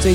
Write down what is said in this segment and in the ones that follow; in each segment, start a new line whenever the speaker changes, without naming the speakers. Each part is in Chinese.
最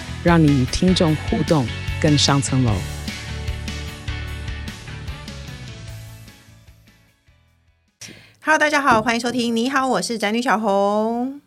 让你与听众互动更上层楼。
Hello，大家好，欢迎收听。你好，我是宅女小红。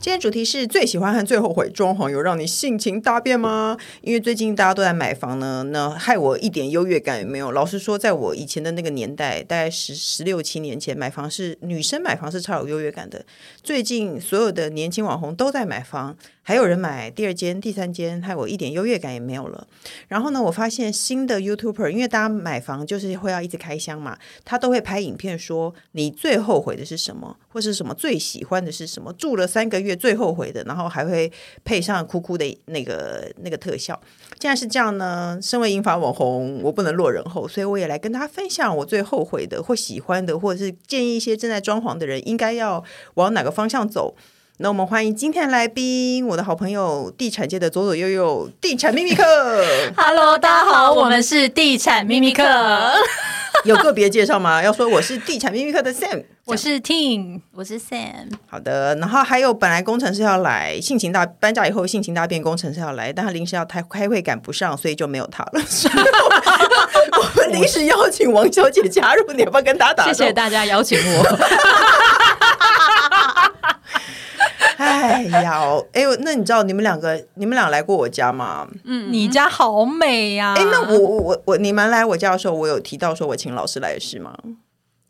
今天主题是最喜欢和最后悔装潢有让你性情大变吗？因为最近大家都在买房呢，那害我一点优越感也没有。老实说，在我以前的那个年代，大概十十六七年前，买房是女生买房是超有优越感的。最近所有的年轻网红都在买房，还有人买第二间、第三间，害我一点优越感也没有了。然后呢，我发现新的 YouTuber，因为大家买房就是会要一直开箱嘛，他都会拍影片说你最后悔的是什么，或是什么最喜欢的是什么，住了三个月最后悔的，然后还会配上哭哭的那个那个特效。既然是这样呢，身为银发网红，我不能落人后，所以我也来跟大家分享我最后悔的或喜欢的，或者是建议一些正在装潢的人应该要往哪个方向走。那我们欢迎今天的来宾，我的好朋友地产界的左左右右地产秘密 课。
Hello，大家好，我们是地产秘 密课，
有个别介绍吗？要说我是地产秘密课的 Sam，
我是 Ting，我是 Sam。
好的。然后还有本来工程师要来，性情大搬家以后性情大变，工程师要来，但他临时要开开会赶不上，所以就没有他了。 所以我我们临时邀请王小姐加入，你要不要跟大家打？
谢谢。大家邀请 我。
哎呀，哎呦，那你知道你们两个，你们俩来过我家吗？
嗯，你家好美啊呀、
哎、那我我我我你们来我家的时候，我有提到说我请老师来是吗？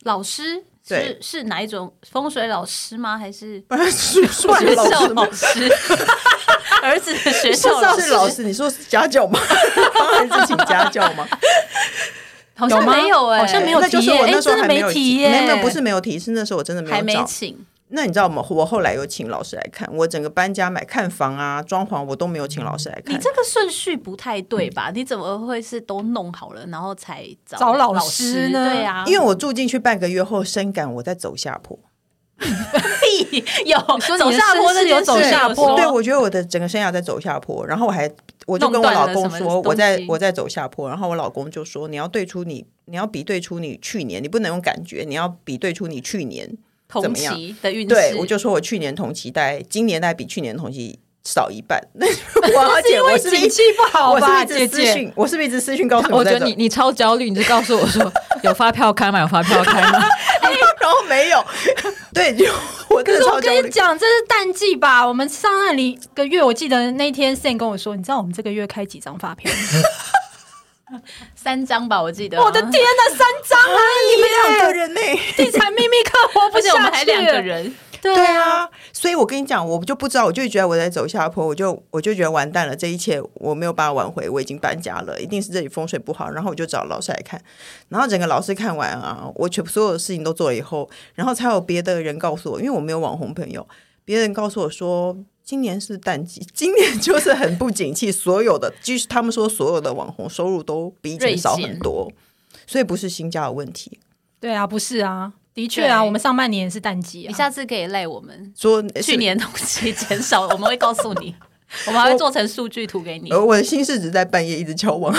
老师
对
是是哪一种风水老师吗？还是
不然是算
学
老
校
师吗
老？师？ 儿子的学校老
是老
师
师，你说是家教 吗？帮孩子请家教吗？
好像
有吗
没有哎，
好像没有
那就是
体验
我那
哎
时候
真的
还没有
没体
提
验
没有没有不是没有提，是那时候我真的没有
还没
找。
请。
那你知道吗？我后来有请老师来看，我整个搬家、买看房啊、装潢，我都没有请老师来看。
你这个顺序不太对吧？你怎么会是都弄好了，然后才找
找老
老
师呢
对啊，
因为我住进去半个月后，深感我在走下坡。
屁有
说你
走
的
下坡那
身世
件
有走
事
下
有
坡
说
对，我觉得我的整个生涯在走下坡，然后我还我就跟我
弄断
老
了
公
什么
说
东
我在
西
我在走下坡，然后我老公就说你要对出你你要比对出你去年，你不能用感觉，你要比对出你去年怎
同
么样
期的运势，
对，我就说我去年同期大概，今年大概比去年同期少一半。我而且我是不是一
景气不好
我是不是
吧，
一直
姐
私
姐？
讯，我是不是一直私讯告诉你
我觉
在
得
走
你你超焦虑，你就告诉我说有发票开吗？有发票开吗？
然后没有，对，就 我真的
可是
超
我
焦
跟你
虑。
讲，这是淡季吧？我们上那里个月，我记得那天 Sam 跟我说，你知道我们这个月开几张发票吗？
三张吧，我记得啊。
我的天哪，三张
两
而
个
已耶！
人呢、
地产秘密课活 不
而且我
下
们还
去，
两 个，人，
对
对
啊，
啊，所以我跟你讲，我就不知道，我就觉得我在走下坡，我就我就觉得完蛋了，这一切我没有办法挽回，我已经搬家了，一定是这里风水不好。然后我就找老师来看，然后整个老师看完啊，我全所有的事情都做了以后，然后才有别的人告诉我，因为我没有网红朋友，别人告诉我说。今年是淡季，今年就是很不景气，所有的，就是他们说所有的网红收入都比以前少
锐
很
减
多，所以不是新家的问题，
对啊，不是啊，的确啊，
对
我们上半年也是淡季啊。
你下次可以赖我们。
说
去年同期减少，我们会告诉 你，我们还会做成数据图给你。
呃， 我的心事只在半夜一直敲网，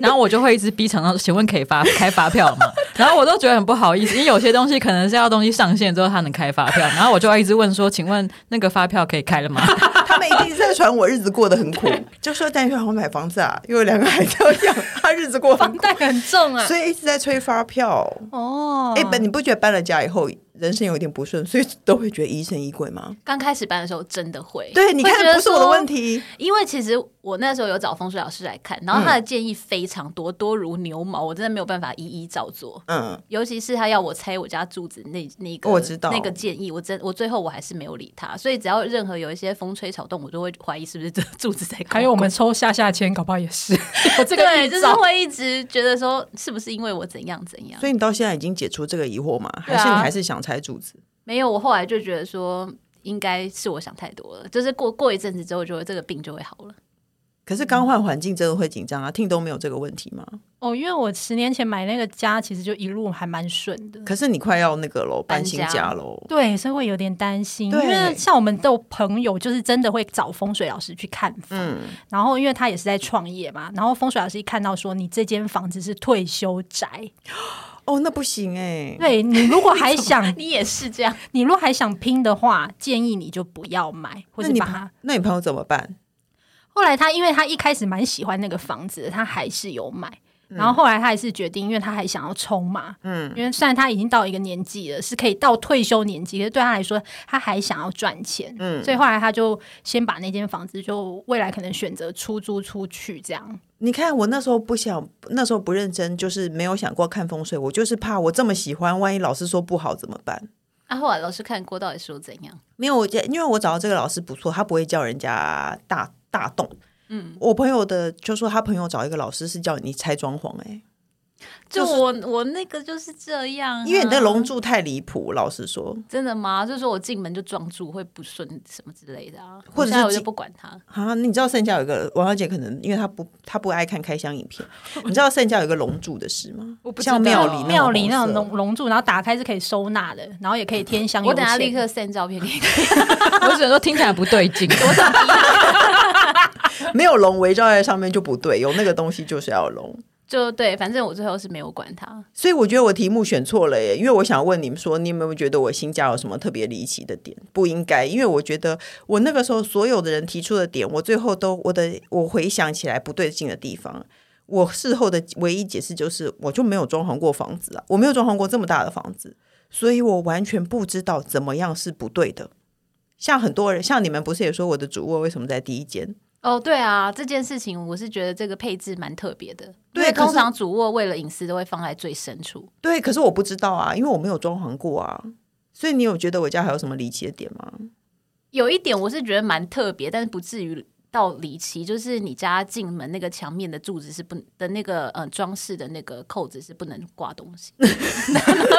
然后我就会一直逼厂商说，请问可以发开发票吗？然后我都觉得很不好意思，因为有些东西可能是要东西上线之后他能开发票，然后我就要一直问说，请问那个发票可以开了吗？
他们一定是在传我日子过得很 苦，就说但是我买房子啊，又有两个孩子要养，他日 子过得很
房
苦，
贷很重啊。
所以一直在催发票。
哦，
嗯
哎、本你不觉得搬了家以后，人生有点不顺，所以都会觉得疑神疑鬼吗？
刚开始搬的时候真的会，
对，你
会觉得
看不是我的
说
问题，
因为其实我那时候有找风水老师来看，然后他的
嗯
建议非常多，多如牛毛，我真的没有办法一一照做。
嗯，
尤其是他要我猜我家住址那那个
我知道
那个建议，我真我最后我还是没有理他，所以只要任何有一些风吹草动，我就会怀疑是不是这 柱子在。
还有我们。抽下下签，搞不好也 是我这个
对，
预
就是
兆
会一直觉得说，是不是因为我怎样怎样？
所以你到现在已经解除这个疑惑吗？还
对啊
是你还是想拆柱子？
没有，我后来就觉得说，应该是我想太多了。就是过过一阵子之后，就会这个病就会好了。
可是刚换环境真的会紧张啊，听都没有这个问题吗？
嗯
哦，因为我十年前买那个家，其实就一路还蛮顺的。
可是你快要那个喽，
搬
搬新
家
家喽，
对，所以会有点担心，因
对
为像我们都有朋友，就是真的会找风水老师去看房，
嗯
嗯
然后因为他也是在创业嘛，然后风水老师一看到说你这间房子是退休宅，
哦，那不行哎、
对你如果还想
嗯 你也是这样，
你如果还想拼的话，建议你就不要买，或
那
者
你
把
朋
它。
那你朋友怎么办？
后来他因为他一开始蛮喜欢那个房子的，他还是有买。然后后来他还是决定，因为他还想要冲嘛，嗯，因为虽然他已经到一个年纪了，是可以到退休年纪，可是对他来说，他还想要赚钱，嗯，所以后来他就先把那间房子就未来可能选择出租出去这样。
你看我那时候不想，那时候不认真，就是没有想过看风水，我就是怕我这么喜欢，万一老师说不好怎么办？
啊，后来老师看过到底说怎样？
没有，我觉得因为我找到这个老师不错，他不会叫人家大大动。嗯，我朋友的就说他朋友找一个老师是叫你拆装潢、欸，
就我我那个就是这样啊、
因为你的龙柱太离谱，老实说，
真的吗？就是说我进门就撞住会不顺什么之类的啊，
或者是
我现在我
进
就不管他。
啊，你知道盛家有一个王小姐，可能因为她不她不爱看开箱影片，你知道盛家有一个龙柱的事吗？
我不知道
像庙里
庙里那
那
种
龙
龙龙柱，然后打开是可以收纳的，然后也可以添香油
我
钱。
等下立 刻 send 照片给你看。
我只能说听起来不对劲。
没有龙围绕在上面就不对，有那个东西就是要有龙。
就对，反正我最后是没有管他。
所以我觉得我题目选错了耶，因为我想问你们说，你们有没有觉得我新家有什么特别离奇的点？不应该，因为我觉得我那个时候所有的人提出的点，我最后都我的我回想起来不对劲的地方，我事后的唯一解释就是，我就没有装潢过房子啊，我没有装潢过这么大的房子，所以我完全不知道怎么样是不对的。像很多人，像你们不是也说我的主卧为什么在第一间？
哦，对啊，这件事情我是觉得这个配置蛮特别的，
对
因为
可是
通常主卧为了隐私都会放在最深处。
对，可是我不知道啊，因为我没有装潢过啊。所以你有觉得我家还有什么离奇的点吗？
有一点我是觉得蛮特别，但是不至于到离奇，就是你家进门那个墙面的柱子是不的那个呃装饰的那个扣子是不能挂东 西。那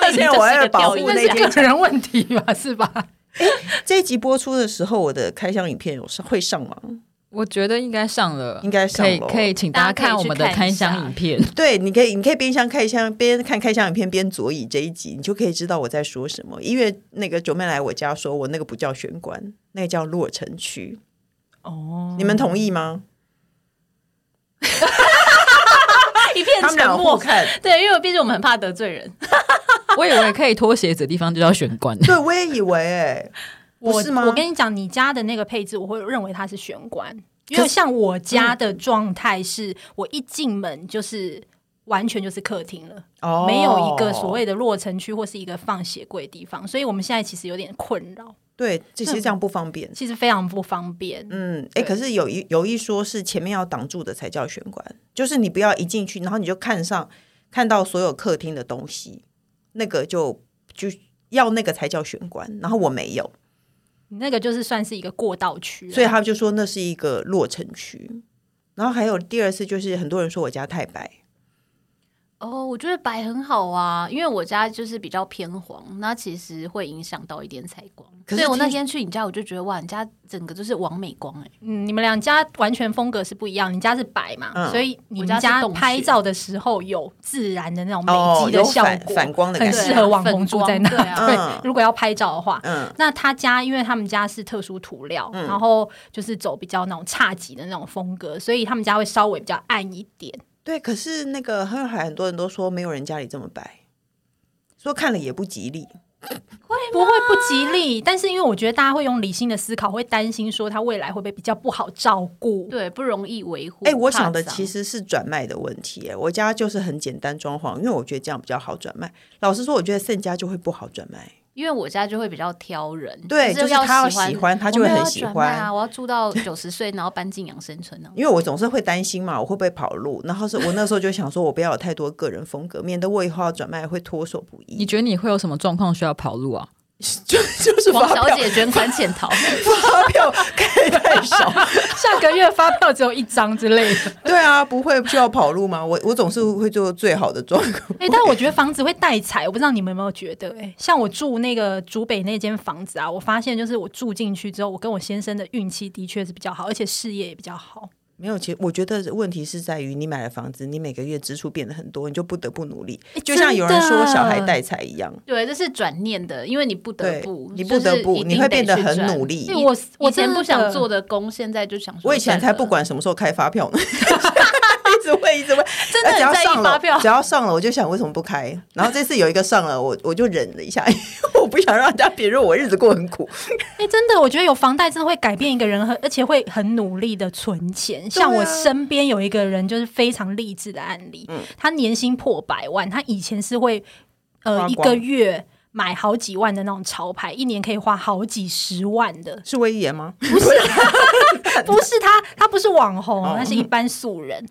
那天我在保护
护
那天，
个人问题吧，是 吧？
哎这一集播出的时候，我的开箱影片有上会上吗？
我觉得应该上了，
应该上
可以
咯
可以，请大家
大家可以
看我
去
们的
看
开
一
箱
下
影片。
对，你可以，你可以边像开箱边看开箱影片边左椅这一集，你就可以知道我在说什么。因为那个九妹来我家说，我那个不叫玄关，那个叫落城区。哦，你们同意吗？
一片
他们
沉
俩
默
互。看，
对，因为毕竟我们很怕得罪人。
我以为可以脱鞋子的地方就叫玄关。
对我也以为哎、不
我
是吗？
我跟你讲，你家的那个配置，我会认为它是玄关，因为像我家
嗯
的状态是，我一进门就是完全就是客厅了，
哦
没有一个所谓的落城区或是一个放鞋柜的地方，所以我们现在其实有点困扰，
对，这些这样不方便。
其实非常不方便。
嗯，哎、可是有一有一说是前面要挡住的才叫玄关，就是你不要一进去，然后你就看上看到所有客厅的东西，那个就就要那个才叫玄关。然后我没有，
你那个就是算是一个过道区啊，
所以他们就说那是一个落城区。然后还有第二次就是很多人说我家太白，
哦，我觉得白很好啊，因为我家就是比较偏黄，那其实会影响到一点采光。
可
所
是
以我那
听
天去你家，我就觉得哇，你家整个就是完美光哎、
嗯，你们两家完全风格是不一样，你家是白嘛，
嗯
所以你
我
们
家是
家
洞穴
拍照的时候有自然的那种美
哦，
肌
有
的效
反
果，
反光的感
很
觉，
适合网红住在那。
对啊
粉光对
对
啊，
如果要拍照的话，
嗯，
那他家因为他们家是特殊涂料，然后就是走比较那种侘寂的那种风格，所以他们家会稍微比较暗一点。
对。可是那个还有很多人都说没有人家里这么白，说看了也不吉利。
不会不吉利，但是因为我觉得大家会用理性的思考，会担心说他未来会不会比较不好照顾。
对，不容易维护。
哎、我
怕
想的
脏
其实是转卖的问题、哎，我家就是很简单装潢，因为我觉得这样比较好转卖。老实说，我觉得盛家就会不好转卖。
因为我家就会比较挑人，
对，就是是
要
他要
喜欢
喜欢，他就会
我没有
很
要
喜
转
欢
卖啊！我要住到九十岁，然后搬进养生村啊呢、
因为我总是会担心嘛，我会不会跑路？然后是我那时候就想说，我不要有太多个人风格，免得我以后要转卖会脱手不
你
易。
觉得你会有什么状况需要跑路啊？
就就是
王
发
小
票
姐捐款潜 逃，
发票开太少，
下个月发票只有一张之类的。
对啊，不会就要跑路吗？我我总是会做最好的状况。
哎、但我觉得房子会带财，我不知道你们有没有觉得、哎，像我住那个竹北那间房子啊，我发现就是我住进去之后，我跟我先生的运气的确是比较好，而且事业也比较好。
没有，其实我觉得问题是在于你买了房子，你每个月支出变得很多，你就不得不努力，
哎
就像有人说小孩带财一样。
对，这是转念的，因为你不得
对
不，，
你
就
不得
是
不，
一
你
定
会变得
去
很
赚
努。力
因。为我我
以前
真
不想做
的，
的工，现在就想说。
我以前才不，管什么时候开发票呢， 一直会一直会，哎
真的
只
很
要
在意
上
发
了
票，
只要上了我就想为什么不开。然后这次有一个上了，我我就忍了一下，因 为我不想让人家别人我日子过很苦。
哎、真的，我觉得有房贷真的会改变一个人，很而且会很努力的存钱。像
啊
我身边有一个人就是非常励志的案例，
嗯
他年薪破百万，他以前是会
花
呃一
光
个月买好几万的那种潮牌，一年可以花好几十万的，
是威严吗？
不是，
啊
不是他，他不是网红，
哦
他是一般素人。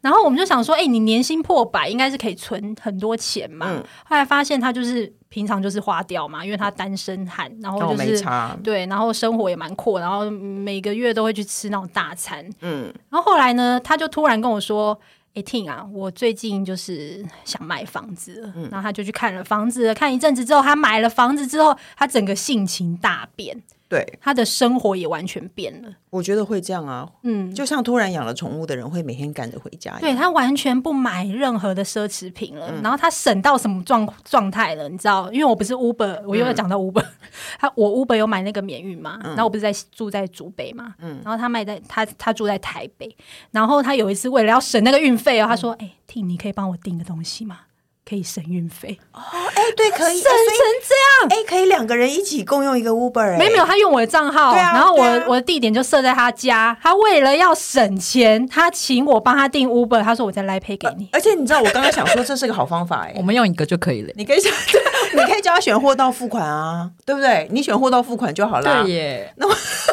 然后我们就想说，哎、你年薪破百，应该是可以存很多钱嘛。
嗯
后来发现他就是平常就是花掉嘛，因为他单身汉，然后
但我
哦就
哦没
是、
差。
对，然后生活也蛮阔，然后每个月都会去吃那种大餐。
嗯，
然后后来呢，他就突然跟我说。哎、t i n 啊，我最近就是想买房子了，然后他就去看了房子了，看一阵子之后，他买了房子之后，他整个性情大变，
对，
他的生活也完全变了。
我觉得会这样啊，
嗯，
就像突然养了宠物的人会每天赶着回家一
对
样。
他完全不买任何的奢侈品了，
嗯
然后他省到什么状状态了？你知道，因为我不是
嗯
Uber，我又要讲到 Uber，、他 我 Uber 有买那个免运
嗯
嘛，然后我不是在住在竹北嘛，然后他卖在他他住在台北，然后他有一次为了要省那个运费哦，他
嗯
说：“哎、替你可以帮我订个东西吗？可以省运费。
哎，对，可以。
省成
这样，哎，可以两个人一起共用一个 Uber，哎
没有没有，他用我的账号，
对啊
然后我、
对啊
我的地点就设在他家。他为了要省钱，他请我帮他订 Uber，他说我再来配给你。
而且你知道，我刚刚想说这是个好方法哎
我，们用一个就可以了。
你可以想， 你可以叫他选货到付款啊，对不对？你选货到付款就好啦。
对耶，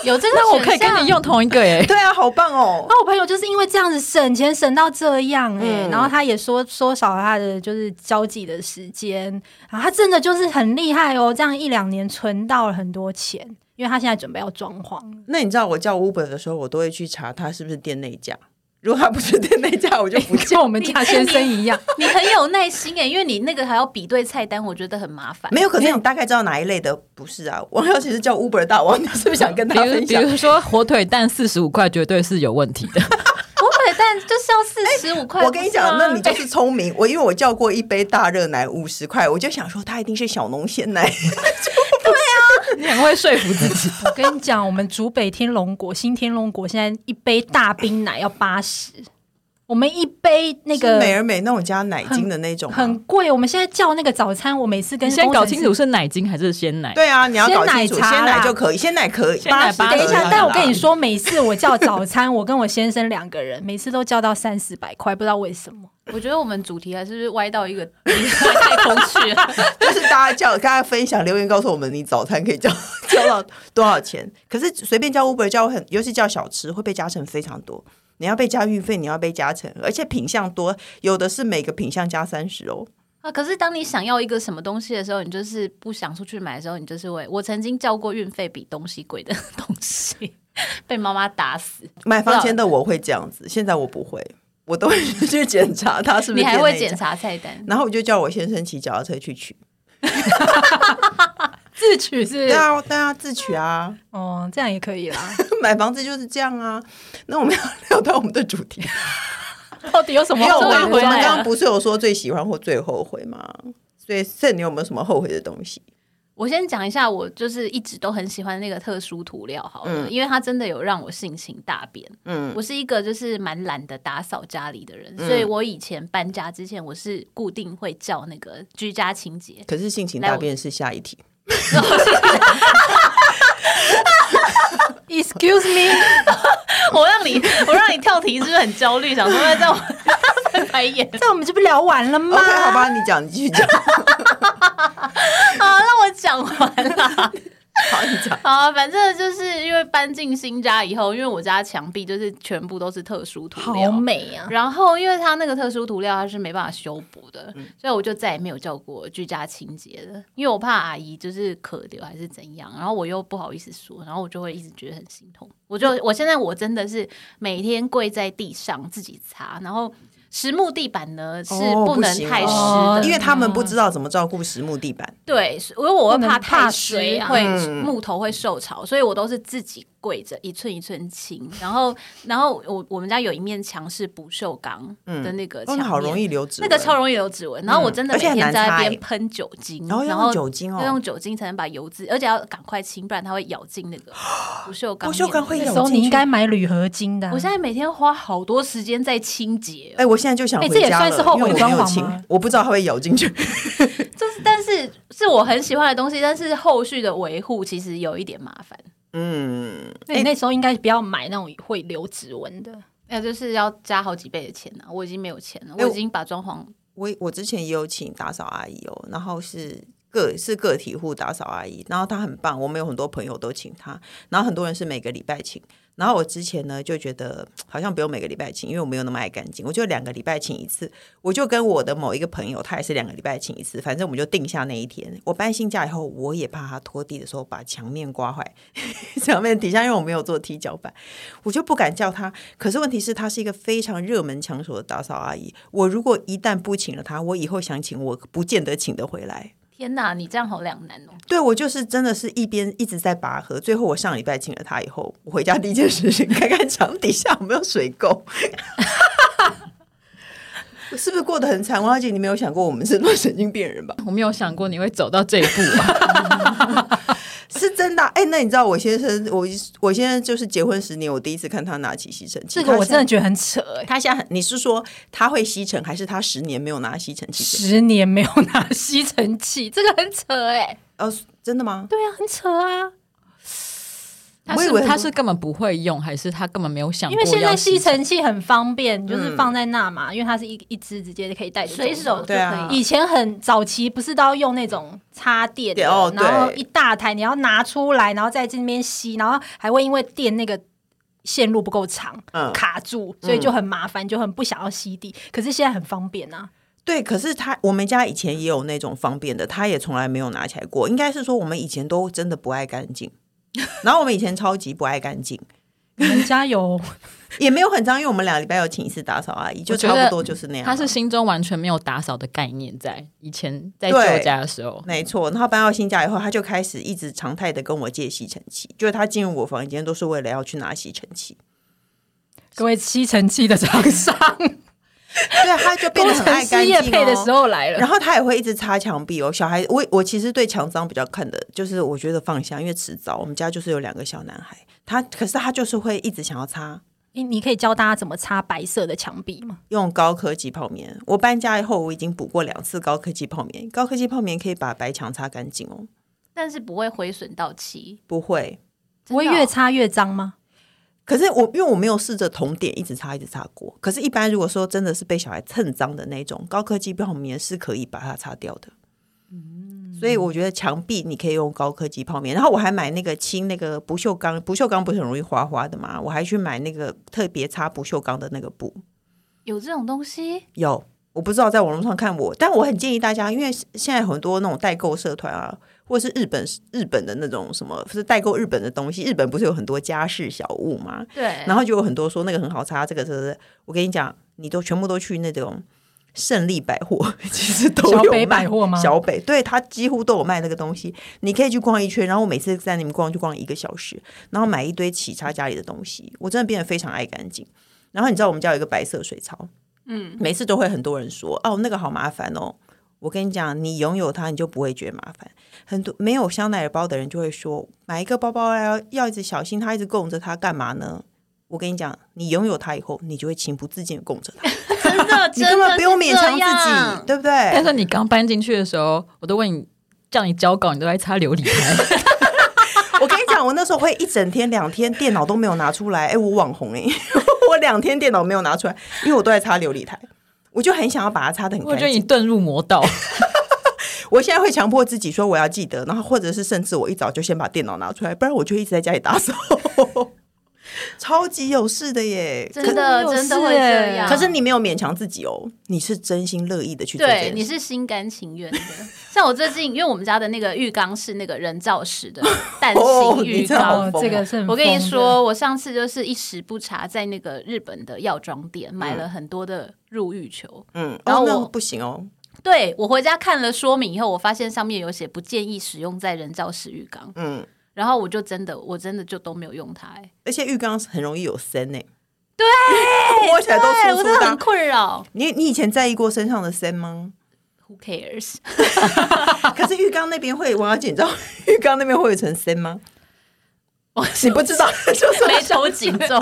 有这 个
那我
选
可以跟
项
你用同一个 耶。
对啊，好棒哦！
那我朋友就是因为这样子省钱省到这样哎、欸
嗯
然后他也说缩少了他的就是交际的时间，然后他真的就是很厉害哦，这样一两年存到了很多钱，因为他现在准备要装潢了。
那你知道我叫 Uber 的时候，我都会去查他是不是店内价。如果他不是店内价，我就不叫。
像我们家 先生一样，
你很有耐心欸耶，因为你那个还要比对菜单，我觉得很麻 烦。
没有，可是你大概知道哪一类的不是啊？王小姐是叫 Uber 大王，你是不是想跟
比
他
如，
分
比
享？
如说火腿蛋四十五块，绝对是有问题的。
火腿蛋就是要四十五 块。
我跟你
不是啊哎
讲，
吗
那你就是聪明。我因为我叫过一杯大热奶五十块，我就想说他一定是小农鲜奶。
你很会说服自己。
我跟你讲，我们竹北天龙果、新天龙果现在一杯大冰奶要八十，我们一杯那
是美
个
而美那种加奶精的那种吗，啊
很贵，我们现在叫那个早餐，我每次跟
你先
工
搞
程师
清楚是奶精还是鲜奶。
对啊，你要搞清楚，
鲜奶茶
鲜奶
啦
就可以，鲜奶可以，
哎
鲜奶
80
八
可
十
等
以
一下
啦，
但我跟你，说，每次我叫早餐，我跟我先生两个人，每次都叫到三四百块，不知道为什么。
我觉得我们主题还是歪到一个 太空去了。
就是大家叫大家分享留言告诉我们，你早餐可以叫 叫到多少钱？可是随便叫 Uber 叫很，尤其叫小吃会被加成非常多。你要被加运费，你要被加成，而且品项多，有的是每个品项加三十哦。
啊，可是当你想要一个什么东西的时候，你就是不想出去买的时候，你就是会。我曾经叫过运费比东西贵的东西， 被妈妈打死。
买房前的我会这样子，现在我不会，我都会去检查它是不
你
是
还
店
会
内价
检，查菜单？
然后我就叫我先生骑脚踏车去取。
自取是
对啊，对啊，自取啊，
哦，这样也可以啦。
买房子就是这样啊。那我们要聊到我们的主题，
到底有什么
因为我
后
们
悔的
我们
东
刚
西
刚不是有说最喜欢或最后悔吗？所以这你有没有什么后悔的东西？
我先讲一下，我就是一直都很喜欢那个特殊涂料，好了，
嗯
因为它真的有让我性情大变。
嗯
我是一个就是蛮懒得打扫家里的人，所以我以前搬家之前，我是固定会叫那个居家清洁。
可是性情
来
大
我
变是下一题。
Excuse me，
我让你，我让你跳题，是不是很焦虑？想说在我翻白眼。
这样我们这不聊完了 吗
OK，好吧，你讲，你继续讲。
好，那我讲完啦。
好，你讲。
好啊，反正就是因为搬进新家以后，因为我家墙壁就是全部都是特殊涂料
好，美啊！
然后因为它那个特殊涂料它是没办法修补的，
嗯
所以我就再也没有叫过居家清洁的，因为我怕阿姨就是渴流还是怎样，然后我又不好意思说，然后我就会一直觉得很心痛。我
嗯
就我现在我真的是每天跪在地上自己擦，然后实木地板呢是
哦不
能
行
太湿
哦
的，
因为他们不知道怎么照顾实木地板，
对，因为我
不
会
能
怕
怕
太湿
水啊
会
嗯
木头会受潮，所以我都是自己跪着一寸一寸清。然后，然后我我们家有一面墙是不锈钢的那个
哦，
墙
那
面，
好容易留指
那
纹，
个超容易留指纹。然后我真的
嗯而
每
且很
天
难
在
擦
那
耶
边喷酒精，
然后要
然
用
后
酒精哦
要用酒精才能把油渍，而且要赶快清，不然它会咬进那个不锈钢。
不锈钢会
那
咬
时候
进
你应
去
该买铝合金的啊、
我现在每天花好多时间在清洁哦、
哎、我现在就想
哎
回
这也
家了，
算是后
因为
悔
我没
装
有
潢
清
吗
我不知道它会咬进去。
就是但是是我很喜欢的东西，但是后续的维护其实有一点麻烦。
嗯，
那你那时候应该不要买那种会留指纹的。
那就是要加好几倍的钱啊！我已经没有钱了，
哎我
我已经把装潢
我我之前也有请打扫阿姨哦，然后是个是个体户打扫阿姨，然后她很棒，我们有很多朋友都请她，然后很多人是每个礼拜请，然后我之前呢就觉得好像不用每个礼拜请，因为我没有那么爱干净，我就两个礼拜请一次，我就跟我的某一个朋友，他也是两个礼拜请一次，反正我们就定下那一天。我搬新家以后，我也怕他拖地的时候把墙面刮坏， 墙面底下因为我没有做踢脚板，我就不敢叫他。可是问题是，他是一个非常热门抢手的打扫阿姨。我如果一旦不请了他，我以后想请我不见得请得回来。
天哪，你这样好两难哦！
对我就是真的是一边一直在拔河，最后我上礼拜请了他以后，我回家第一件事情 看看墙底下有没有水垢。 是不是过得很惨？王小姐，你没有想过我们是多神经病人吧？
我没有想过你会走到这一步啊！
是真的啊、哎、那你知道我先生，我我先生就是结婚十年，我第一次看他拿起吸尘器。
这个我真的
的，
觉得很扯哎、
他现在很你是说他会吸尘，还是他十年没有拿吸尘器？
十年没有拿吸尘器，这个很扯哎、
哦，真的吗？
对啊，很扯啊，
他
我以
是
为
他是根本不会用，还是他根本没有想
因
过要
为现在吸
吸
尘器啊嗯很方便，就是放在那嘛，因为它是一一只直接可以带着走
随手就可
对
以。
啊
以前很早期不是都要用那种插电的，
对哦对
然后一大台你要拿出来，然后在这边吸，然后还会因为电那个线路不够长、
嗯
卡住，所以就很麻烦，就很不想要吸地。可是现在很方便啊，
对，可是他我们家以前也有那种方便的，他也从来没有拿起来过。应该是说我们以前都真的不爱干 净，然后我们以前超级不爱干净，
你们家 有
也没有很脏，因为我们两个礼拜有请一次打扫阿姨，就
我觉
差
得
不多就是那样。
他是心中完全没有打扫的概念在，以前在
对
旧家的时候，
没错，然后搬到新家以后，他就开始一直常态的跟我借吸尘器，就是他进入我房间都是为了要去拿吸尘器，
各位吸尘器的厂 商，
对，他就变
工
得很
程
爱干
师
净、
业
哦。
配的时候来了
然。后他也会一直擦墙壁哦。小孩，我我其实对墙脏比较看的，就是我觉得放下，因为迟早我们家就是有两个小男孩，他可是他就是会一直想要擦，
你你可以教大家怎么擦白色的墙壁吗？
用高科技泡棉。我搬家以后，我已经补过两次高科技泡棉，高科技泡棉可以把白墙擦干净哦，
但是不会毁损到漆，
不会。
真
不会
的哦
越擦越脏吗？
可是我因为我没有试着同点一直擦一直擦过，可是，一般如果说真的是被小孩蹭脏的那种，高科技泡棉是可以把它擦掉的。所以我觉得墙壁你可以用高科技泡棉，然后我还买那个清那个不锈钢，不锈钢不是很容易滑滑的嘛，我还去买那个特别擦不锈钢的那个布。
有这种东西，
有，我不知道在网络上看我，但我很建议大家，因为现在很多那种代购社团啊，或是日本日本的那种什么，是代购日本的东西，日本不是有很多家饰小物吗？
对，
然后就有很多说那个很好擦，这个这个，我跟你讲，你都全部都去那种胜利百货， 其实都有
小北
卖
百货吗
小北，对，它几乎都有卖那个东西，你可以去逛一圈。然后我每次在那边逛就逛一个小时，然后买一堆其他家里的东西，我真的变得非常爱干净。然后你知道我们家有一个白色水槽，嗯，每次都会很多人说哦，那个好麻烦哦。我跟你讲，你拥有它，你就不会觉得麻烦。很多没有香奈儿包的人就会说，买一个包包要要一直小心它，一直供着它干嘛呢？我跟你讲，你拥有它以后，你就会情不自禁的供着它，
真的，
你根本不用
真的
勉
是
强
这样
自己，对 不对？
但是你刚搬进去的时候，我都问你叫你交稿，你都在擦琉璃台。
我跟你讲，我那时候会一整天、两天电脑都没有拿出来。哎、我网红哎、 我两天电脑没有拿出来，因为我都在擦琉璃台，我就很想要把它擦的很
我
干
觉得你
净。
遁入魔道，
我现在会强迫自己说我要记得，然后或者是甚至我一早就先把电脑拿出来，不然我就一直在家里打扫， 超级有事的耶。
真的
可是
真的会这
欸
样。
可是你没有勉强自己哦，你是真心乐意的去做这件
对
事。，
你是心甘情愿的。像我最近，因为我们家的那个浴缸是那个人造 石的蛋
哦
形
你
浴
真好
缸。
疯哦
这个是很
我跟你
疯的
说，我上次就是一时不察，在那个日本的药妆店买了很多的入浴球。
嗯，
然
哦
后，
那
我
不行哦，
对我回家看了说明以后，我发现上面有写不建议使用在人造石浴缸，
嗯，
然后我就真的我真的就都没有用它、欸。
而且浴缸很容易有森呢、对， 摸起来都
对
粗
我
粗
真的很
的。啊
困扰。
你你以前在意过身上的森吗？
Who cares？
可是浴缸那边会，我要紧张， 浴缸那边会有一层森吗？你不知道， 就是
眉头紧皱。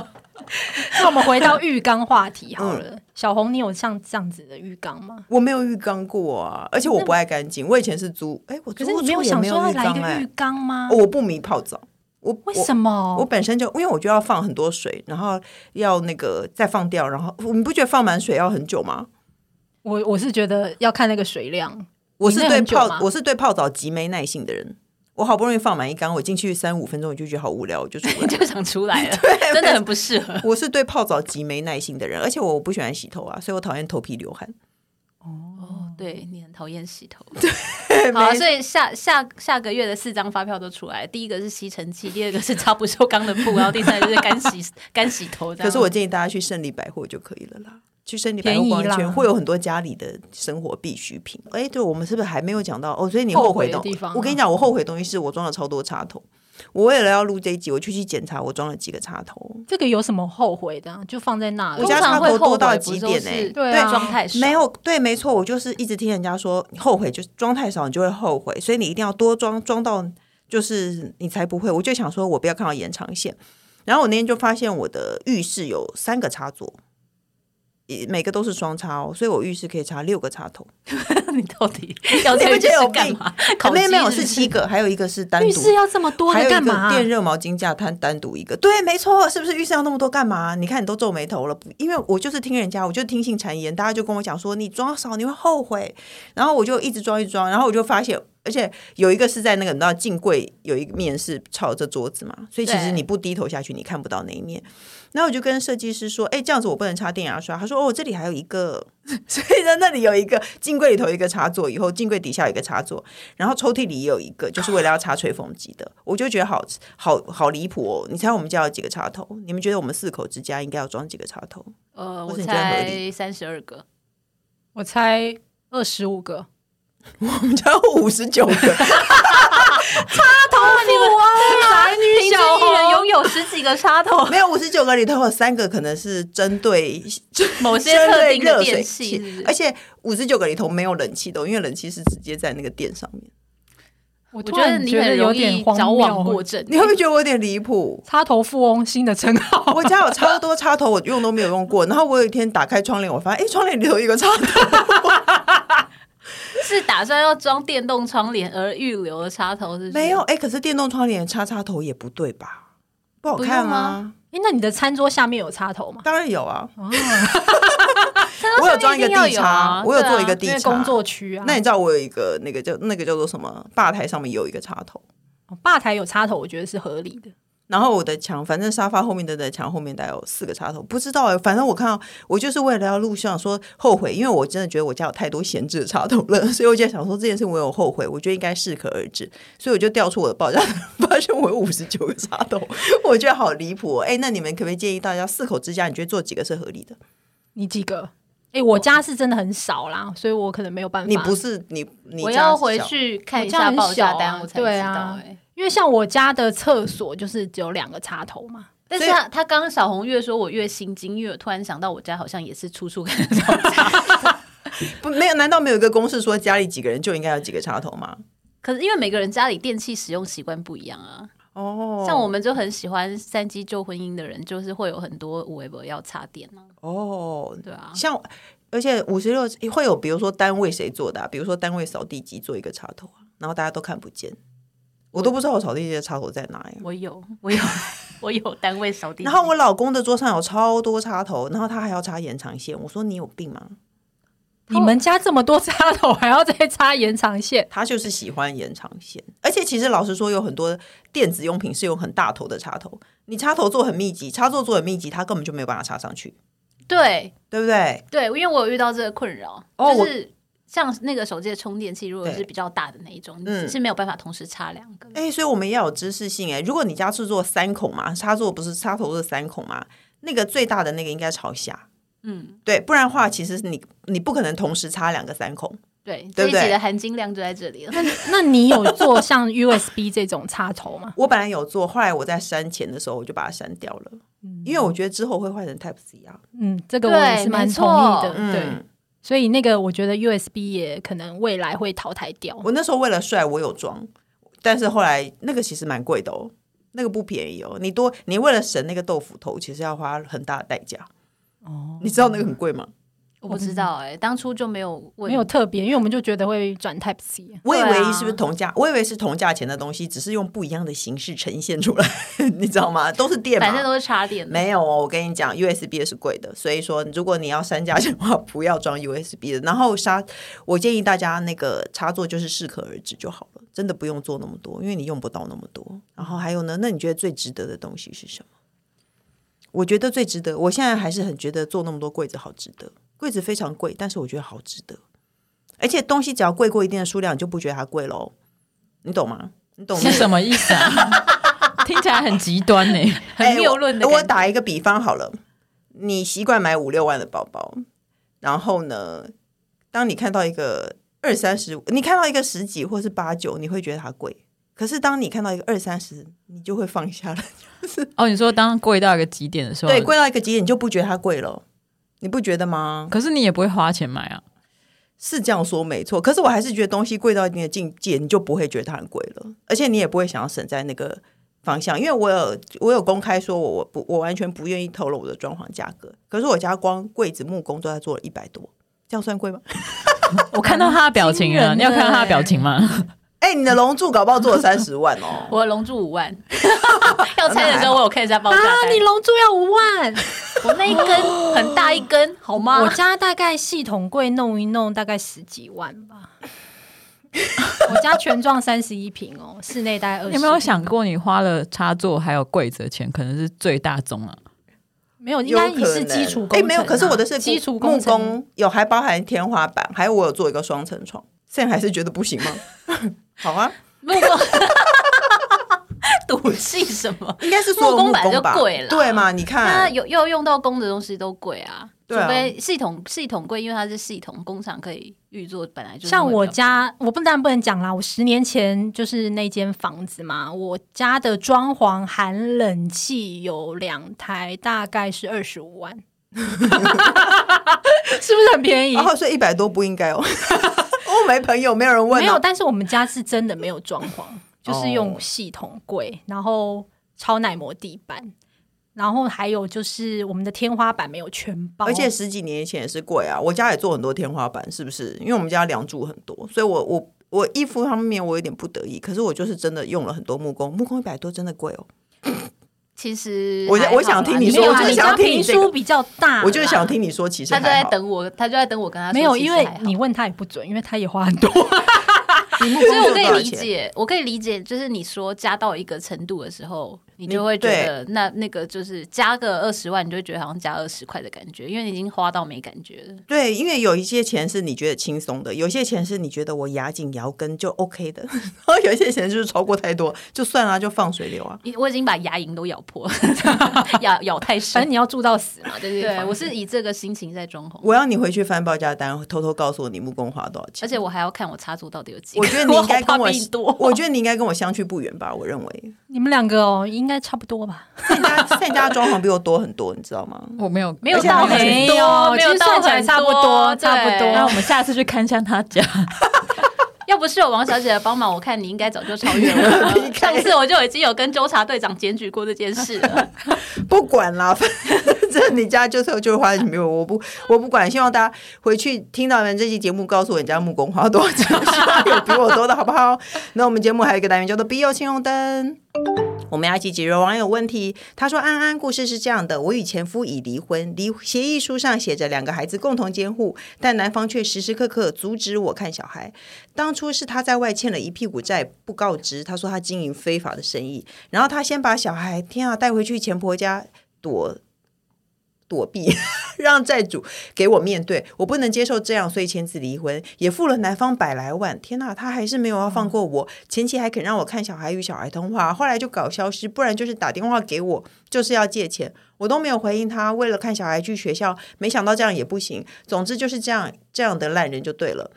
那我们回到浴缸话题好了。
嗯
小红，你有像这样子的浴缸吗？
我没有浴缸过啊，而且我不爱干净。我以前是租，哎、我租
可是你
屋
没有
处也
想
没
说要
有浴
来一
缸
个
哎、
浴缸哦吗？
我不迷泡澡，我
为什？么？
我我本身就因为我就要放很多水，然后要那个再放掉，然后你不觉得放满水要很久吗？
我我是觉得要看那个水量，
我是
你那
对
很久
泡
吗
我是对泡澡极没耐性的人。我好不容易放满一缸，我进去三五分钟我就觉得好无聊，我就出来。
就想出来了，真的很不适合。
我是对泡澡极没耐性的人，而且我不喜欢洗头啊，所以我讨厌头皮流汗。
哦，对你很讨厌 洗头。
没
好、啊，所以下下下个月的四张发票都出来，第一个是吸尘 器，第二个是擦不锈钢的布，然后第三个就是干洗干洗头这样。
可是我建议大家去胜利百货就可以了啦，去胜利百货
便宜
逛一圈，
啦
会有很多家里的生活必需品。哎，对，我们是不是还没有讲到？哦，所以你后悔
后悔的地方啊
我跟你讲，我后悔的东西是我装了超多插头。我为了要录这一集，我就去检查我装了几个插头，
这个有什么后悔的啊、就放在那里
我
通
家
常
插
会
头
后
多到
悔
极
不就
点
是
欸
对
对
啊
装太少，
没有对，没错，我就是一直听人家说你后悔就是装太少，你就会后悔，所以你一定要多装，装到就是你才不会。我就想说，我不要看到延长线。然后我那天就发现我的浴室有三个插座，也每个都是双插哦，所以我浴室可以插六个插头。
你到 底要
你
这
不
个
觉得有
是
病
干嘛？
啊
烤
没有
鸡
没有
日
是
式
七个，还有一个是单
浴
独
室。要这么多
还
的
有一
干
个
嘛？啊
电热毛巾架摊单独一个，对，没错，是不是浴室要那么多干嘛？你看你都皱眉头了，不因为我就是听人家，我就听信谗言，大家就跟我讲说你装少你会后悔，然后我就一直装一直装，然后我就发现，而且有一个是在那个你知道镜柜有一面是朝着桌子嘛，所以其实
对
你不低头下去你看不到那一面。然后我就跟设计师说，哎，这样子我不能插电牙刷，他说哦这里还有一个，所以在那里有一个镜柜里头有一个插座，以后镜柜底下有一个插座，然后抽屉里也有一个，就是为了要插吹风机的。我就觉得好好好离谱哦！你猜我们家有几个插头？你们觉得我们四口之家应该要装几个插头？
呃，
不
我
是你觉得合
猜
理
三十二 个，
我猜二十五个，
我们家有五十九个，
宅女
小
哦
一人
红
拥有十几个插 头，
没有五十九个里头有三个可能是针对
某些
针
特
对
定的
热水
电器是不
器哎
是，
而且五十九个里头没有冷气的哦，因为冷气是直接在那个电上面。
我
我
突
觉得
然
你
觉得
很
有
容
点
易
荒
矫枉
谬
过。正。
你会不会觉得我有点离 谱？
插头富翁新的称号，
我家有超多插头，我用都没有用过。然后我有一天打开窗帘，我发现哎，窗帘里头有一个插头。
是打算要装电动窗帘而预留的插头是不是
没有，哎、可是电动窗帘插插头也不对吧？不好
不
看啊
用吗！
诶那你的餐桌下面有插头吗？
当然有啊，
插头
我有
上
装一个
面定要
地
有
插，
啊
我有
对啊
做一个地
因为
插。
工作区啊，
那你知道我有一个那个叫那个叫做什么？吧台上面有一个插头，
哦吧台有插头，我觉得是合理的。
然后我的墙，反正沙发后面的的墙后面大概有四个插头，不知道哎、反正我看到我就是为了要录像说后悔，因为我真的觉得我家有太多闲置的插头了， 所以我就在想说这件事我有后悔，我觉得应该适可而止，所以我就调出我的报价， 发现我有五十九个插头， 我觉得好离谱、哦。哎、那你们可不可以建议大家四口之家，你觉得做几个是合理的？
你几个？诶，我家是真的很少啦，所以我可能没有办法。
你不是你你
我
家
要
是
回
小
去看一
我这样
下
很
报价
小啊
单，我才知
对
道
啊
哎。
因为像我家的厕所就是只有两个插头嘛，
但是
所以
他他刚刚小红越说，我越心惊，因为我突然想到我家好像也是处处 看得到。
不没有？难道没有一个公式说家里几个人就应该有几个插头吗？
可是因为每个人家里电器使用习惯不一样啊，
哦，
像我们就很喜欢三基旧婚姻的人，就是会有很多微博要插电啊，
哦，
对啊，
像而且五十六会有，比如说单位谁做的、啊，比如说单位扫地机做一个插头啊，然后大家都看不见，我都不知道我扫地机的插头在哪呀。
我有我有 我有单位扫地机，
然后我老公的桌上有超多插头，然后他还要插延长线，我说你有病吗？
你们家这么多插头，还要再插延长线？
他就是喜欢延长线，而且其实老实说，有很多电子用品是有很大头的插头，你插头做很密集，插座做很密集，它根本就没有办法插上去，
对
对不对？
对，因为我有遇到这个困扰，
哦我
就是像那个手机的充电器，如果
对
是比较大的那一种，
嗯
你是没有办法同时插两个。
哎、所以我们要有知识性哎、如果你家是做三孔嘛，插座不是插头是三孔嘛，那个最大的那个应该朝下，
嗯，
对，不然的话，其实你你不可能同时插两个三孔。
对，
对
这
不
一
对
集的含金量就在这里了。
那你有做像 USB 这种插头吗？
我本来有做，后来我在删钱的时候我就把它删掉了，因为我觉得之后会换成 Type C 啊。
嗯，这个我也是蛮同意的。
嗯，
对，所以那个我觉得 USB 也可能未来会淘汰掉。
我那时候为了帅，我有装，但是后来那个其实蛮贵的哦，那个不便宜哦。你多，你为了省那个豆腐头，其实要花很大的代价。哦，你知道那个很贵吗？
我不知道哎、当初就没有问，
没有特别，因为我们就觉得会转 Type C。
我以为
对啊
是不是同价，我以为是同价钱的东西，只是用不一样的形式呈现出来， 你知道吗？都是电嘛，
反正都是插电的。
没有哦，我跟你讲，USB 是贵的，所以说如果你要三价钱的话，不要装 USB 的。然后插，我建议大家那个插座就是适可而止就好了，真的不用做那么多，因为你用不到那么多。然后还有呢，那你觉得最值得的东西是什么？我觉得最值得，我现在还是很觉得做那么多柜子好值得，柜子非常贵，但是我觉得好值得。而且东西只要贵过一定的数量，你就不觉得它贵喽，你懂吗？你懂
是
那个
什么意思啊？ 听起来很极端呢、欸
哎
很谬论的
我。我
感觉
打一个比方好了，你习惯买五六万的包包，然后呢，当你看到一个二三十，你看到一个十几或是八九，你会觉得它贵。可是当你看到一个二三十，你就会放下了。
哦，你说当贵到一个极点的时候，
对，贵到一个极点，你就不觉得它贵了，你不觉得吗？
可是你也不会花钱买啊。
是这样说没错，可是我还是觉得东西贵到一定的境界，你就不会觉得它很贵了，而且你也不会想要省在那个方向，因为我有我有公开说我我不我完全不愿意透露我的装潢价格，可是我家光柜子木工都在做了一百多，这样算贵吗？
我看到他的表情了，
蛮惊人的
你有看到他的表情 吗？
哎、你的龙柱搞不好做了三十万 哦，
我的龙珠 五万， 要拆的时候我有看一下报价单。
啊，你龙珠要五万，
我那一根很大一根，好吗？
我家大概系统柜弄一弄，大概十几万 吧。我家全幢三十一平哦，室内大概二
你
十。
有没有？想过，你花了插座还有柜子的钱，可能是最大宗啊？
没有，应
有
该也
可
是
能
基础工程啊、
哎、没有，可是我的是
基础
木
工程。
工，有还包含天花板，还有我有做一个双层床，现在还是觉得不行吗？ 好啊，
木 工赌气什么？
应该是做
木工
木
本来
工
就
吧，
贵啦
对嘛？你
那
看，
有要用到工的东西都贵啊，除
对啊
非系统系统贵，因为它是系统工厂可以预做，本来就是
像
会比较
我家，我不但不能讲啦，我十年前就是那间房子嘛，我家的装潢含冷气有两台，大概是二十五万， 是不是很便宜？
然后哦所以一百多不应该 哦。我没朋友，没有人问、啊。
没有，但是我们家是真的没有装 潢，就是
哦
用系统柜，然后超耐磨地板，然后还有就是我们的天花板没有全
哦
包，
而且十几年前也是贵啊。我家也做很多天花板，是不是？因为我们家梁柱很多，所以我我我衣服方面我有点不得已，可是我就是真的用了很多木工，木工一百多真的贵哦。
其实
我
还好啦
我想听你
没
说，
没有
我
有
啊，
就是
你
想
家
要听
平
你这个
数，比较大啦，
我就是想听你说，其实
啊他就在
还好。
等我，他就在等我跟他说
没有，
其实
因为
还好
你问他也不准，因为他也花很 多。
你木工
所以我
做
可
多少
以理
钱，
解，我可以理解，就是你说加到一个程度的时候，你就会觉得那那个就是加个二十万，你就会觉得好像加二十块的感觉，因为你已经花到没感觉了。
对，因为有一些钱是你觉得轻松的，有一些钱是你觉得我牙紧牙根就 OK 的，然后有一些钱就是超过太多，就算了、就放水流啊。
你我已经把牙龈都咬破， 咬咬太
反正
深。
你要住到死嘛，对不
对我是以这个心情在装潢，
我要你回去翻报价单，偷偷告诉我你木工花多少钱。
而且我还要看我插座到底有几 个。
我觉得你应该跟
好
我
怕比你多，
我觉得你应该跟我相去不远吧，我认为。
你们两个哦，应该差不多吧？
但家但家装潢比我多很多，你知道吗？
我没有，
没有
而且还
到
很
很
没有
多，没有
其实
到
算起来
很
差不多
对
差不多
那我们下次去看一下他 家。
要不是有王小姐的帮忙，我看你应该早就超 越我了。上次我就已经有跟纠察队长检举过这件事 了。
不管啦， 反正你家就是就花没有，我不我不管。希望大家回去听到你们这期节目，告诉我你家木工花多少钱，希望有比我多的好不好？那我们节目还有一个单元叫做“必要信用灯”，我们要一起解决网友问题。他说：“啊安安故事是这样的，我与前夫已离婚，离协议书上写着两个孩子共同监护，但男方却时时刻刻阻止我看小孩。当初是他在外欠了一屁股债，不告知。他说他经营非法的生意，然后他先把小孩天啊带回去前婆家躲躲避， 让债主给我面对，我不能接受这样，所以签字离婚，也付了男方百来万。天呐，他还是没有要放过我，前期还肯让我看小孩与小孩通话，后来就搞消失，不然就是打电话给我，就是要借钱，我都没有回应他。为了看小孩去学校，没想到这样也不行。总之就是这样，这样的烂人就对了。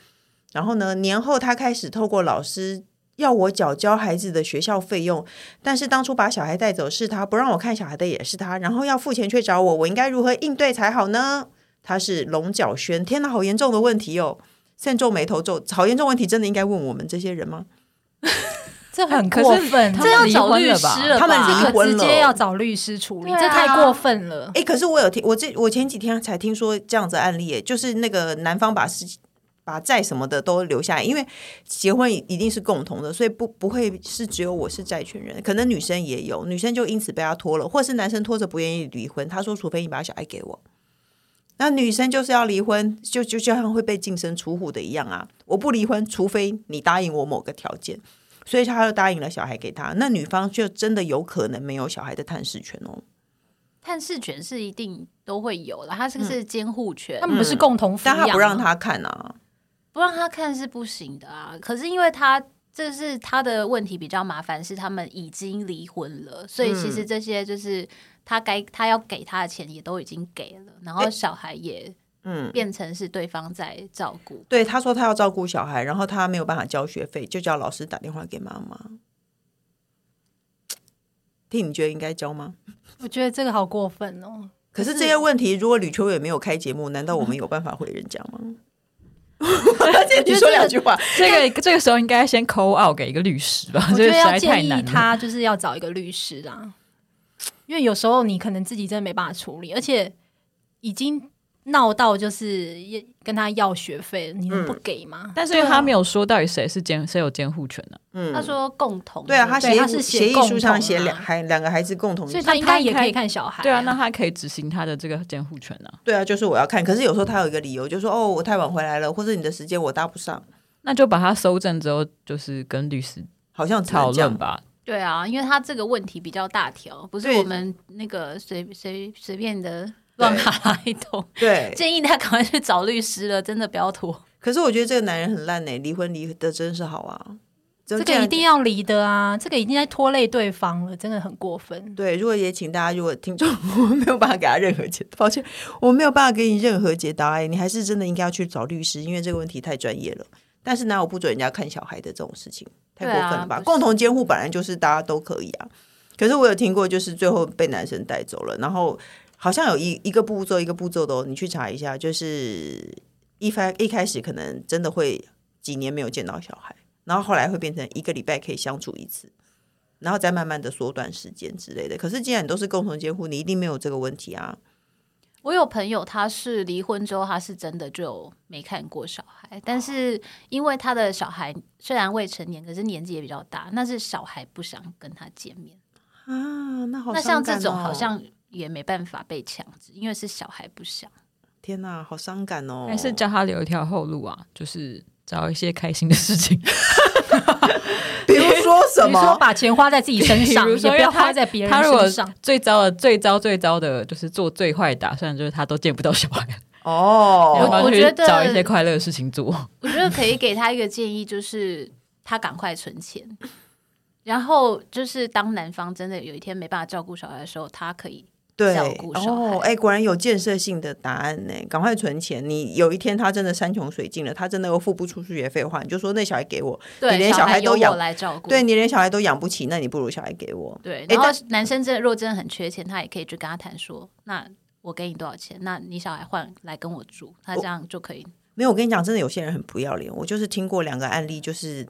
然后呢，年后他开始透过老师。要我缴交孩子的学校费用，但是当初把小孩带走是他，不让我看小孩的也是他，然后要付钱却找我，我应该如何应对才好呢？他是龙角轩，天哪，好严重的问题哦！现皱眉头皱，好严重问题，真的应该问我们这些人吗？
这很
可
过
是
分。
他
这
们
要
离
找
婚
律
了
师
吧
了
他
吧，
们离
这
婚
个
了
直接要找律师处理，
对啊
这太过分了。
哎诶，可是我有听，我这我前几天才听说这样子的案例耶，就是那个男方把事把债什么的都留下来，因为结婚一定是共同的，所以不不会是只有我是债权人，可能女生也有，女生就因此被他拖了，或是男生拖着不愿意离婚，他说除非你把小孩给我。那女生就是要离婚，就就就像会被净身出户的一样啊！我不离婚，除非你答应我某个条件，所以他就答应了小孩给他。那女方就真的有可能没有小孩的探视权哦。
探视权是一定都会有的，他这个是监护权，
他们不是共同抚
嗯但
养
他
吗，
不让他看啊，
不让他看是不行的啊。可是因为他这是他的问题比较麻烦，是他们已经离婚了，所以其实这些就是他该他要给他的钱也都已经给了，然后小孩也
嗯，
变成是对方在照顾。
对，他说他要照顾小孩，然后他没有办法交学费，就叫老师打电话给妈妈。听，你觉得应该交吗？
我觉得这个好过分哦。
可是这些问题，如果吕秋远没有开节目，难道我们有办法回人家 吗？而且你说两句话，
这个这个时候应该先 call out 给一个律师吧，
我
这
觉得
个实
要
在太
建
难
议
了。
他就是要找一个律师啦，因为有时候你可能自己真的没办法处理，而且已经闹到就是也跟他要学费，你能不给吗？
但是因为他没有说到底谁是监谁有监护权呢、啊
嗯，
他说共同
对啊，他
对
协
他
议
是写
协议
共
书上
同
写
啊
两孩两个孩子共同，
所以他应该也可以看小孩、
对啊，那他可以执行他的这个监护权啊，
对啊，就是我要看。可是有时候他有一个理由，就说哦，我太晚回来了，或者你的时间我搭不上，
那就把他收证之后，就是跟律师
好像只能
讨
这样
论。吧。
对啊，因为他这个问题比较大条，不是
对
我们那个随随随便的乱哈拉一通。
对，
建议他赶快去找律师了，真的不要拖。
可是我觉得这个男人很烂呢、欸离婚离的真是好啊。这
这个一定要离的啊，这个已经在拖累对方了，真的很过分。
对，如果也请大家，如果听众我没有办法给他任何解，抱歉，我没有办法给你任何解答、哎，你还是真的应该要去找律师，因为这个问题太专业了。但是哪有不准人家看小孩的这种事情？太过
对啊
分了吧！
不是
共同监护本来就是大家都可以啊。可是我有听过，就是最后被男生带走了，然后好像有一一个步骤一个步骤的、哦，你去查一下，就是一开一开始可能真的会几年没有见到小孩，然后后来会变成一个礼拜可以相处一次，然后再慢慢的缩短时间之类的。可是既然你都是共同监护，你一定没有这个问题啊。
我有朋友，他是离婚之后，他是真的就没看过小孩，
哦
但是因为他的小孩虽然未成年，可是年纪也比较大，那是小孩不想跟他见面。
啊，那好、
那像这种好哦像也没办法被强制，因为是小孩不想。
天哪，好伤感哦。
还是叫他留一条后路啊，就是找一些开心的事情，
比如说 什
你说
么？
把钱花在自己身上，
比如
也
说
不
因为
要
他
花在别人
他如果
身上。
最糟的、最糟、最糟的，就是做最坏的打算，就是他都见不到小孩，
我
然
哦，
后
我
去
觉得
找一些快乐的事情做。
我觉得可以给他一个建议，就是他赶快存钱，然后就是当男方真的有一天没办法照顾小孩的时候，他可以
对，
照顾小孩
哦，哎、果然有建设性的答案呢。赶快存钱，你有一天他真的山穷水尽了，他真的又付不出数学费的话，你就说那小孩给我，
对
你连
小
小孩
由
都养
我来照顾。
对你连小孩都养不起，那你不如小孩给我。
对，
诶
然后
但
男生真的如果真的很缺钱，他也可以去跟他谈说，那我给你多少钱，那你小孩换来跟我住，他这样就可以。
没有，我跟你讲，真的有些人很不要脸。我就是听过两个案例，就是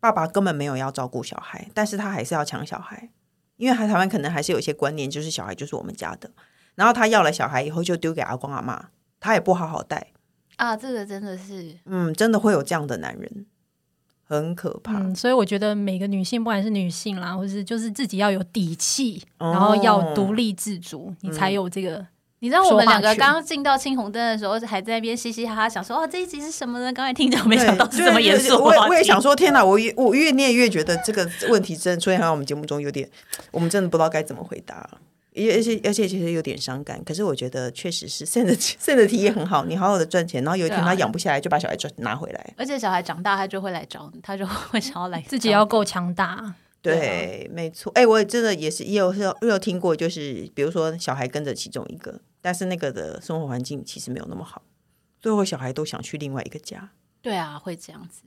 爸爸根本没有要照顾小孩，但是他还是要抢小孩，因为还台湾可能还是有一些观念，就是小孩就是我们家的。然后他要了小孩以后，就丢给阿公阿妈，他也不好好带。
啊，这个真的是
嗯，真的会有这样的男人。很可怕。
嗯，所以我觉得每个女性，不管是女性啦，或是就是自己要有底气，
哦
然后要独立自主，你才有这个。
你知道我
说
们
话
两个
权
刚刚进到青红灯的时候，还在那边嘻嘻哈哈，想说哦这一集是什么呢？刚才听着没
对
想到是这么
对
严
对
肃的
我也
话
我也
题
想说，天哪！我越我越念越觉得这个问题真的出现在我们节目中，有点，我们真的不知道该怎么回答。也而且而且其实有点伤感，可是我觉得确实是现在现在题也很好，你好好的赚钱，然后有一天
对啊
他养不下来，就把小孩赚拿回来。
而且小孩长大，他就会来找你，他就会想要来
自己
找
要
你
够强大，啊
啊
对，没错。哎、我也真的也是也有是有也有听过，就是比如说小孩跟着其中一个，但是那个的生活环境其实没有那么好，最后小孩都想去另外一个家。
对啊，会这样子。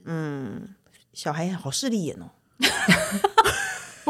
小孩好势利眼哦，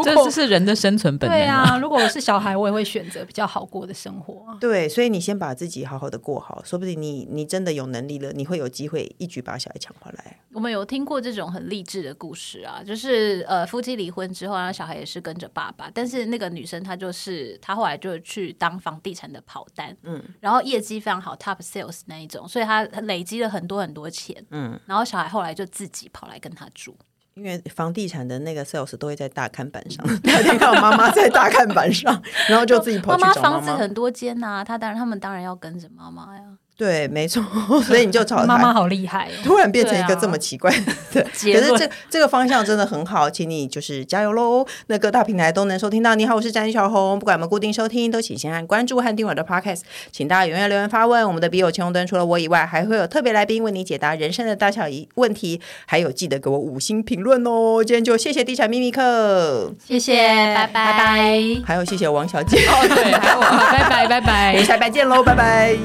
这这是人的生存本
对
能啊。
啊，如果我是小孩，我也会选择比较好过的生活啊。
对，所以你先把自己好好的过好，说不定你你真的有能力了，你会有机会一举把小孩抢回来。
我们有听过这种很励志的故事啊，就是呃夫妻离婚之后，然啊后小孩也是跟着爸爸，但是那个女生她就是她后来就去当房地产的跑单，嗯，然后业绩非常好，top sales 那一种，所以她累积了很多很多钱，嗯，然后小孩后来就自己跑来跟她住，
因为房地产的那个 sales 都会在大看板上， 那天看我妈妈在大看板上，然后就自己跑
妈
去找
妈
妈
房子
妈。
很多间呐、她当然他们当然要跟着妈妈呀，
对，没错，所以你就找
妈妈
他。
好厉害、 哦，
突然变成一个
对啊
这么奇怪 的，
结
可是
论
这这个方向真的很好，请你就是加油喽！那各大平台都能收听到。你好，我是詹小红，不管我们固定收听，都请先按关注和订阅我的 Podcast。请大家踊跃留言发问。我们的笔友青红灯除了我以外，还会有特别来宾为你解答人生的大小疑问题，还有记得给我五星评论哦。今天就谢谢地产秘密课，
谢谢，
哎
拜拜
拜拜
还有谢谢王小姐，
哦，对，还有我，拜拜，拜拜
我们。下礼拜见喽，拜拜。